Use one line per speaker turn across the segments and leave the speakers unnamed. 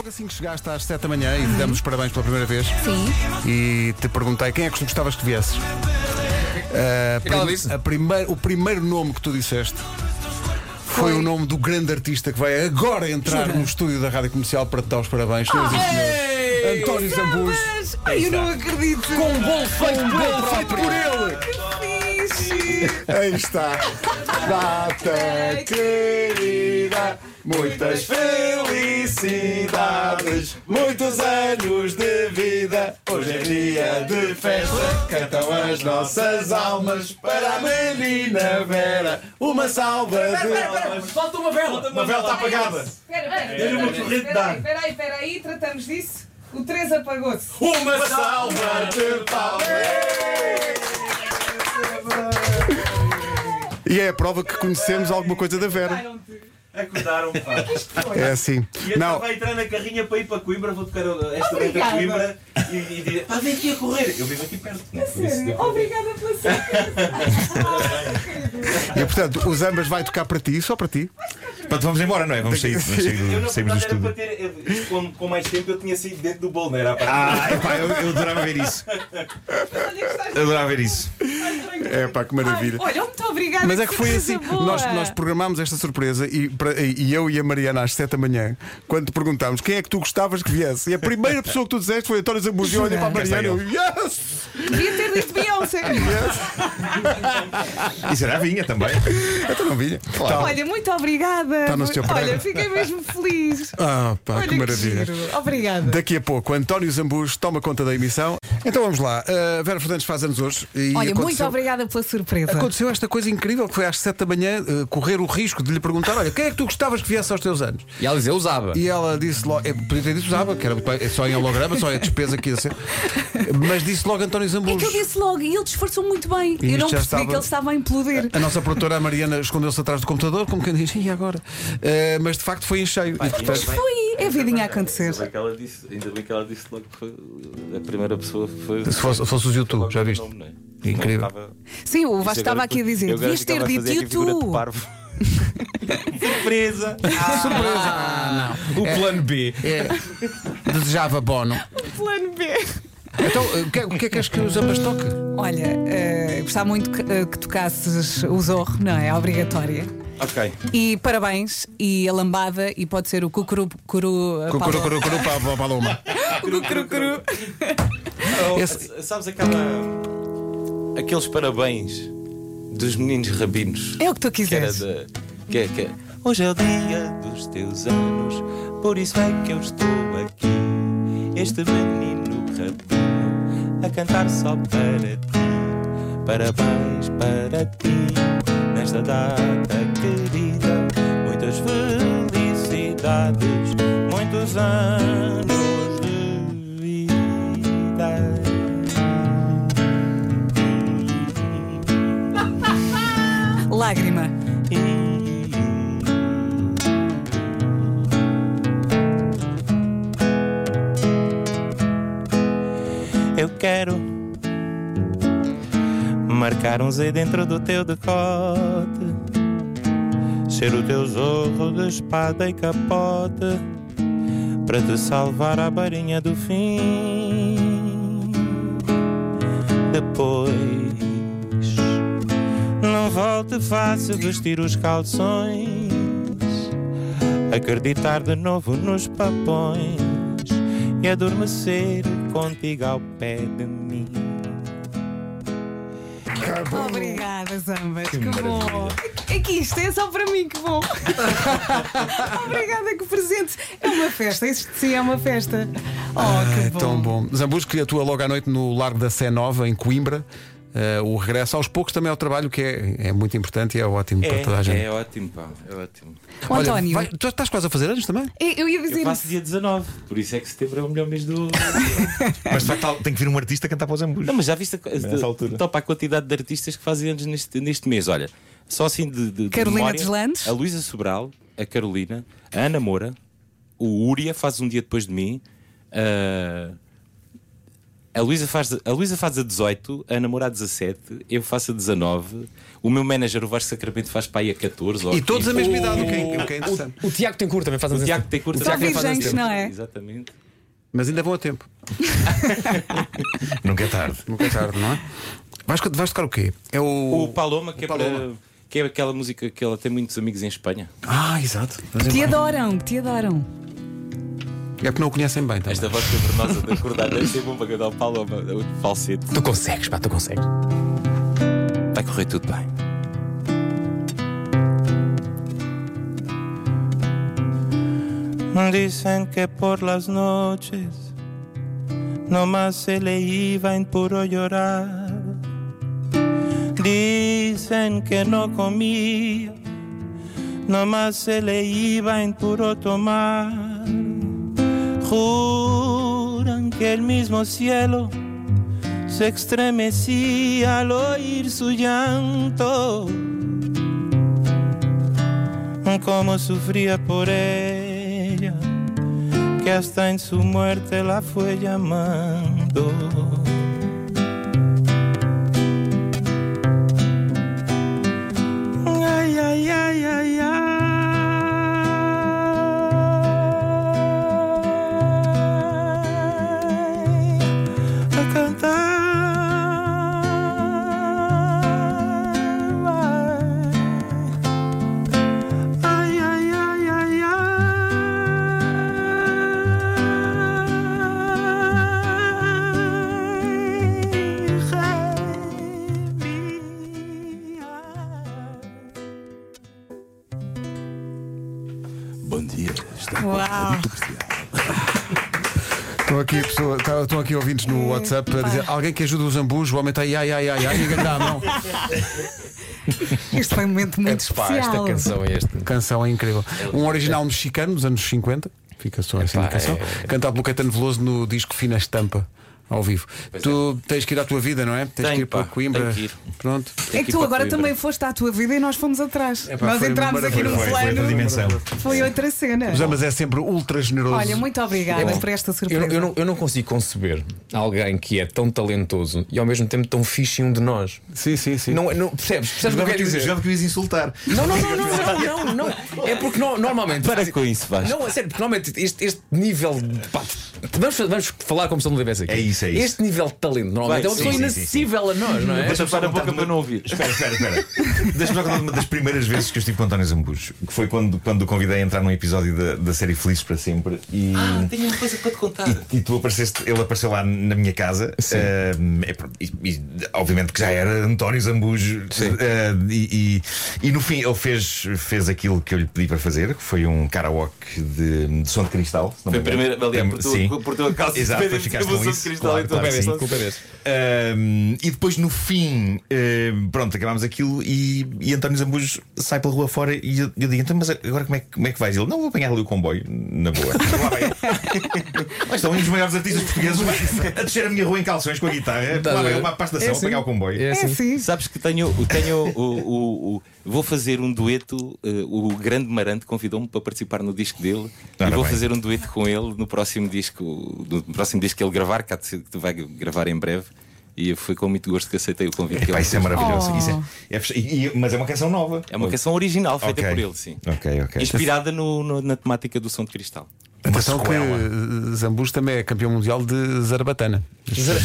Logo assim que chegaste às 7 da manhã e te damos os parabéns pela primeira vez
Sim.
e te perguntei quem é que tu gostavas que viesses. Ah,
que ela
prim-
disse?
a primeiro- o primeiro nome que tu disseste foi,
Foi.
o nome do grande artista que vai agora entrar no estúdio da Rádio Comercial para te dar os parabéns, senhoras e senhores. António Zambujo.
Mas, ai, eu não acredito.
Com um bolo feito por ele próprio.
Que fixe.
Aí está. Data querida, muitas felicidades, muitos anos de vida. Hoje é dia de festa, cantam as nossas almas para a menina Vera. Uma salva de.
Falta uma vela.
Uma vela está apagada.
Espera,
Dê-lhe uma corrente de ar.
espera. Espera aí, espera aí, tratamos disso. O 3 apagou-se.
Uma salva de palmas. E é a prova que conhecemos alguma coisa da Vera.
Tiraram-te.
Acordaram, pá.
É assim.
E eu estava a entrar na carrinha para ir para Coimbra, vou tocar esta noite a
Obrigada.
Coimbra e, e dizer, pá, vem aqui a correr. Eu vivo aqui perto.
A sério. Obrigada pela sua
E portanto, os ambas vai tocar para ti, só para ti.
Pronto, vamos embora, não é? Vamos sair, vamos sair do-
Eu na
saímos do
verdade era para
estúdio.
ter. eu- isto Com, com mais tempo eu tinha saído dentro do bolo, não era? a parte-
Ah, epá, eu, eu adorava ver isso. Eu adorava ver isso.
É pá, que maravilha.
Olha, muito obrigada.
Mas é que foi assim.
surpresa boa.
Nós, nós programámos esta surpresa e, para- e eu e a Mariana às 7 da manhã, quando te perguntámos quem é que tu gostavas que viesse, e a primeira pessoa que tu disseste foi António Zambujo e olha para a
Cá está
Mariana e eu, yes!
Devia ter dito Beyoncé.
E será a vinha também.
Então não vinha. Tá.
Olha, muito obrigada.
Está no seu programa.
Olha, fiquei mesmo feliz.
Ah, pá,
Olha
que maravilha.
giro. Obrigada.
Daqui a pouco, António Zambujo toma conta da emissão. Então vamos lá. Uh, Vera Fernandes faz anos hoje. E
Olha, muito
aconteceu-
obrigada pela surpresa.
Aconteceu esta coisa incrível que foi às 7 da manhã uh, correr o risco de lhe perguntar: olha, quem é que tu gostavas que viesse aos teus anos?
E ela dizia, usava.
E ela disse logo, é, podia ter dito usava, que era muito bem, é só em holograma, só é despesa que ia ser. Mas disse logo António
É que
Zambujo.
eu disse logo, e ele disfarçou muito bem.
E
eu não
isto já
percebi
estava-
que ele estava a implodir.
A nossa produtora a Mariana escondeu-se atrás do computador, como quem diz, e agora? Eh, mas de facto foi em cheio. E, portanto,
Foi, é vidinha a
Ainda bem
acontecer.
que ela disse, ainda bem que ela disse logo que foi a primeira pessoa que foi.
se fosse, fosse os YouTube,
logo
já
o
viste?
nome, não é?
Incrível.
Não estava-
Sim, o Vasco
Isso
estava
agora
aqui a
foi- eu
dizer:
agora
devias
ficava
ter
a fazer
dito
aqui figura de
YouTube.
parvo. Surpresa!
O plano B.
Eh, desejava Bono.
Plano B.
Então, eh, o que, é- o que é que és que os ambas toca?
Olha, eh, gostava muito que, eh, que tocasses o Zorro, não é? É obrigatória.
ok.
E parabéns, e a lambada, e pode ser o cucuru. Curu, eh,
Cucuru,
Paulo.
curu, curu, pa- pa- paloma.
O cucuru, curu.
Oh,
Esse-
Sabes aquela. Aqueles parabéns dos meninos rabinos.
É o que tu
Que era
quiseres.
de. Que, é- que, é, hoje é o dia dos teus anos, por isso é que eu estou aqui. Este menino rabino a cantar só para ti. Parabéns para ti, nesta data querida. Muitas felicidades, muitos anos de vida.
Lágrima.
Eu quero marcar um Z dentro do teu decote, ser o teu zorro de espada e capote, para te salvar à barinha do fim. Depois. Não volte fácil vestir os calções, acreditar de novo nos papões e adormecer contigo ao pé de mim.
Obrigada, Zambas. Que, bom. É que isto é só para mim, que bom. Obrigada, que presente. É uma festa, isto sim é uma festa. Oh, que
É
bom.
tão bom. Zambujo que atua logo à noite no Largo da Sé Nova, em Coimbra. Eh, o regresso aos poucos também ao trabalho, que é, é muito importante e é ótimo para toda a gente.
ótimo, pá, é ótimo.
Ó,
Olha,
António,
vai- tu estás quase a fazer anos também?
eu eu ia
Eu
dizer
faço
isso.
dia 19, por isso é que setembro é o melhor mês do.
Mas de facto tem que vir um artista cantar para os ambos.
Não, mas já viste a,
Nessa altura.
topa a quantidade de artistas que fazem anos neste, neste mês? Olha, só assim de. de- de
Carolina
memória,
Deslandes.
A Luísa Sobral, a Carolina, a Ana Moura, o Uria faz um dia depois de mim. ah, A Luísa faz, a Luísa faz a 18, a namorada a 17, eu faço a 19, o meu manager, o Vasco Sacramento, faz para aí a 14. ou
E todos a
15.
mesma idade, o que é, o que é interessante.
O Tiago tem curto também faz assim.
O
anos.
Tiago tem curta
Só
também faz esse
virgens,
tempo.
não é?
Exatamente.
Mas ainda vão a tempo.
Nunca é tarde.
Nunca é tarde, não é? Vais, vais tocar o quê? É o.
O Paloma, que é,
Paloma.
Para, que é aquela música que ela tem muitos amigos em Espanha.
Ah, exato. Mas
Te
é-
adoram, te adoram.
É porque não o conhecem bem. Também.
Esta voz cavernosa de acordar deve ser bom para cantar o Paloma, o falsete.
Tu consegues, pá, tu consegues.
Vai correr tudo bem. Dicen que por las noches nomás se le iba en puro llorar. Dicen que no comía, nomás se le iba en puro tomar. Juran que el mismo cielo se estremecía al oír su llanto, como sufría por ella, que hasta en su muerte la fue llamando. Ay, ay, ay, ay, ay a cantar. Ay, ay, ay, ay, Bom dia, está
Uau!
Estão aqui, pessoa, tá- estão aqui ouvintes no WhatsApp a dizer alguém que ajuda os ambus, o homem está aí, ai, ai, ai, ai, ninguém lhe dá a mão.
Este foi um momento muito
Pá, esta
especial.
canção é este.
Canção é incrível. Um
é.
original mexicano dos anos 50, fica só essa
Epá,
indicação, cantado pelo Caetano Veloso no disco Fina Estampa. Ao vivo. tu tens que ir à tua vida, não é? Tens
Tenho,
que ir para
pá,
Coimbra.
tenho que ir.
Pronto.
É que
aqui
tu
para
agora
Coimbra.
também foste à tua vida e nós fomos atrás.
Epá,
nós
foi uma
entramos aqui
maravilha.
num
Foi,
Foi, foi outra
plano,
dimensão.
foi outra cena.
Mas, mas é sempre ultra generoso.
Olha, muito obrigada por esta
Eu,
surpresa.
não- eu não, eu não consigo conceber alguém que é tão talentoso e ao mesmo tempo tão fixe em um de nós.
Sim, sim, sim.
Não, é- não, percebes? Percebes o que eu
Jogava
quero
que eu-
dizer?
jogava que eu ia insultar.
Não, não, não, não, não, não, não. É porque no- normalmente.
com isso, Vasco.
Não, é sério, porque normalmente este, este nível. de- pá, vamos, vamos falar como se ele não estivesse aqui.
É isso, é isso.
Este nível de talento
Vai,
normalmente é uma
sim,
pessoa
sim, sim,
inacessível a nós, não é?
Deixa-me só
Tapar a
contar
boca
uma-
para não ouvir.
Espera, espera, espera. Deixa-me só contar uma das primeiras vezes que eu estive com António Zambujo, que foi quando, quando o convidei a entrar num episódio da, da série Feliz para Sempre e.
Ah, Tenho uma coisa para te contar.
E tu apareceste, ele apareceu lá na minha casa, eh, é pronto, e, e, obviamente que já era António Zambujo, eh, e, e, e no fim ele fez, fez aquilo que eu lhe pedi para fazer, que foi um karaoke de, de som de cristal. se
Foi
não me
a
engano.
primeira, aliás, por,
Sim.
tua- por tua causa,
Exato,
foi
depois ficaste
uma
com
solução
isso,
de cristal
claro,
em tua
claro que
cabeça.
sim.
Culpa desse.
Um, e depois no fim, um, pronto, acabámos aquilo e, e António Zambujo sai pela rua fora e eu, eu digo: então, mas agora como é, que- como é que vais? Ele: não, vou apanhar ali o comboio, na boa. Lá vai. Mas estão um dos maiores artistas portugueses a descer a minha rua em calções com a guitarra,
Tá
lá vai
bem.
uma pasta ação,
É assim.
apanhar o comboio.
É
É
assim.
sim.
Sabes que tenho, tenho o, o- o- vou fazer um dueto. eh, o grande Marante convidou-me para participar no disco dele
Ora
e vou
bem.
fazer um dueto com ele no próximo disco, no próximo disco que ele gravar, que há de ser- que tu vai gravar em breve. E foi com muito gosto que aceitei o convite. que
assim.
Epá,
ele
isso é
fez.
maravilhoso.
Oh.
Isso é- é fech- e- e- mas é uma canção nova.
É uma canção original feita
Ok.
por ele, sim.
Ok, ok.
Inspirada no- no- na temática do som de cristal.
Atenção
Uma
que
sequela.
eh, Zambujo também é campeão mundial de Zarbatana. As pessoas-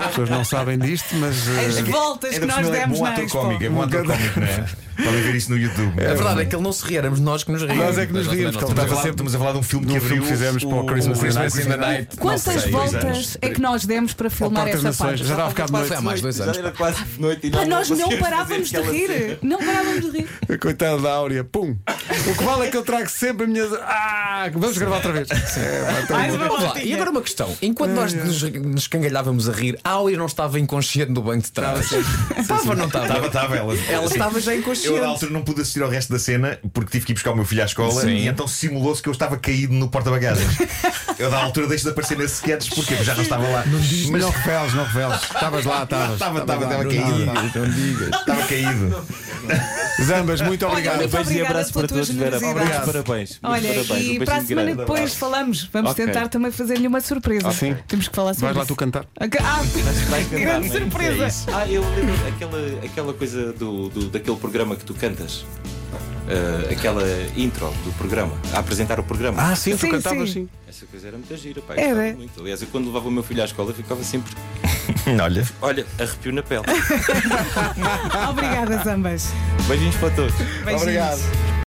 As pessoas não sabem disto, mas. eh,
As voltas que
é Ainda por
nós
cima
demos
é bom
na
ator
Expo.
cómico, é bom ator cómico, não é? Podem ver isso no YouTube.
A verdade é que ele não se ria, éramos nós que nos ríamos.
Nós é que nos
Mas
ríamos,
também
porque
Estamos a
não
falar, estamos a falar de um filme
De um
que
filme
abriu
que fizemos para o
o
Christmas in the
Christmas in the Night.
Quantas
Não sei.
voltas é que nós demos para filmar
Portas
essa
Nações,
parte?
já dava a bocado de
Foi há
noite.
mais dois anos.
era quase noite e
Pá, nós não parávamos de rir. Não parávamos de rir.
Coitada da Áurea, pum! O que vale é que eu trago sempre a minha. Ah! Vamos gravar outra vez. É, vai, tá bom.
Vamos lá, E agora uma questão: enquanto nós nos, nos cangalhávamos a rir, há Áurea não estava inconsciente no banco de trás. Estava, não estava?
Estava, estava ela.
Ela
Sim.
estava já
Eu na
inconsciente.
altura não pude assistir ao resto da cena porque tive que ir buscar o meu filho à escola
Sim.
e então simulou-se que eu estava caído no porta-bagagens. eu da altura deixo de aparecer nesses sketches porque eu já não estava lá. Mas
Não reveles, não reveles. Estavas lá, estavas.
estava,
Estavas
estava, estava
lá.
caído.
Não digas.
Estava caído.
Zambas, muito obrigado.
muito
Beijo e
obrigada
abraço
pela
para
tua
todos, Vera.
generosidade.
Muitos parabéns. Muitos
Olha,
parabéns.
e
um
para a
beijinho
semana
grande.
depois falamos. Vamos
Ok.
tentar também fazer-lhe uma surpresa.
sim?
Temos que falar sobre
Vais lá
isso.
tu cantar.
Ok. Ah,
Vai cantar,
grande
não é?
surpresa.
É isso. ah, eu lembro aquela, aquela coisa do, do- daquele programa que tu cantas. Ah, aquela intro do programa, a apresentar o programa.
Ah, sim,
Sim,
tu cantavas
sim.
sim.
Essa coisa era muito gira, pá.
Era.
gostava Muito. Aliás, eu quando levava o meu filho à escola ficava sempre,
Olha.
olha, arrepio na pele.
Obrigada, Zambas.
Beijinhos para todos.
Beijinhos. Obrigado.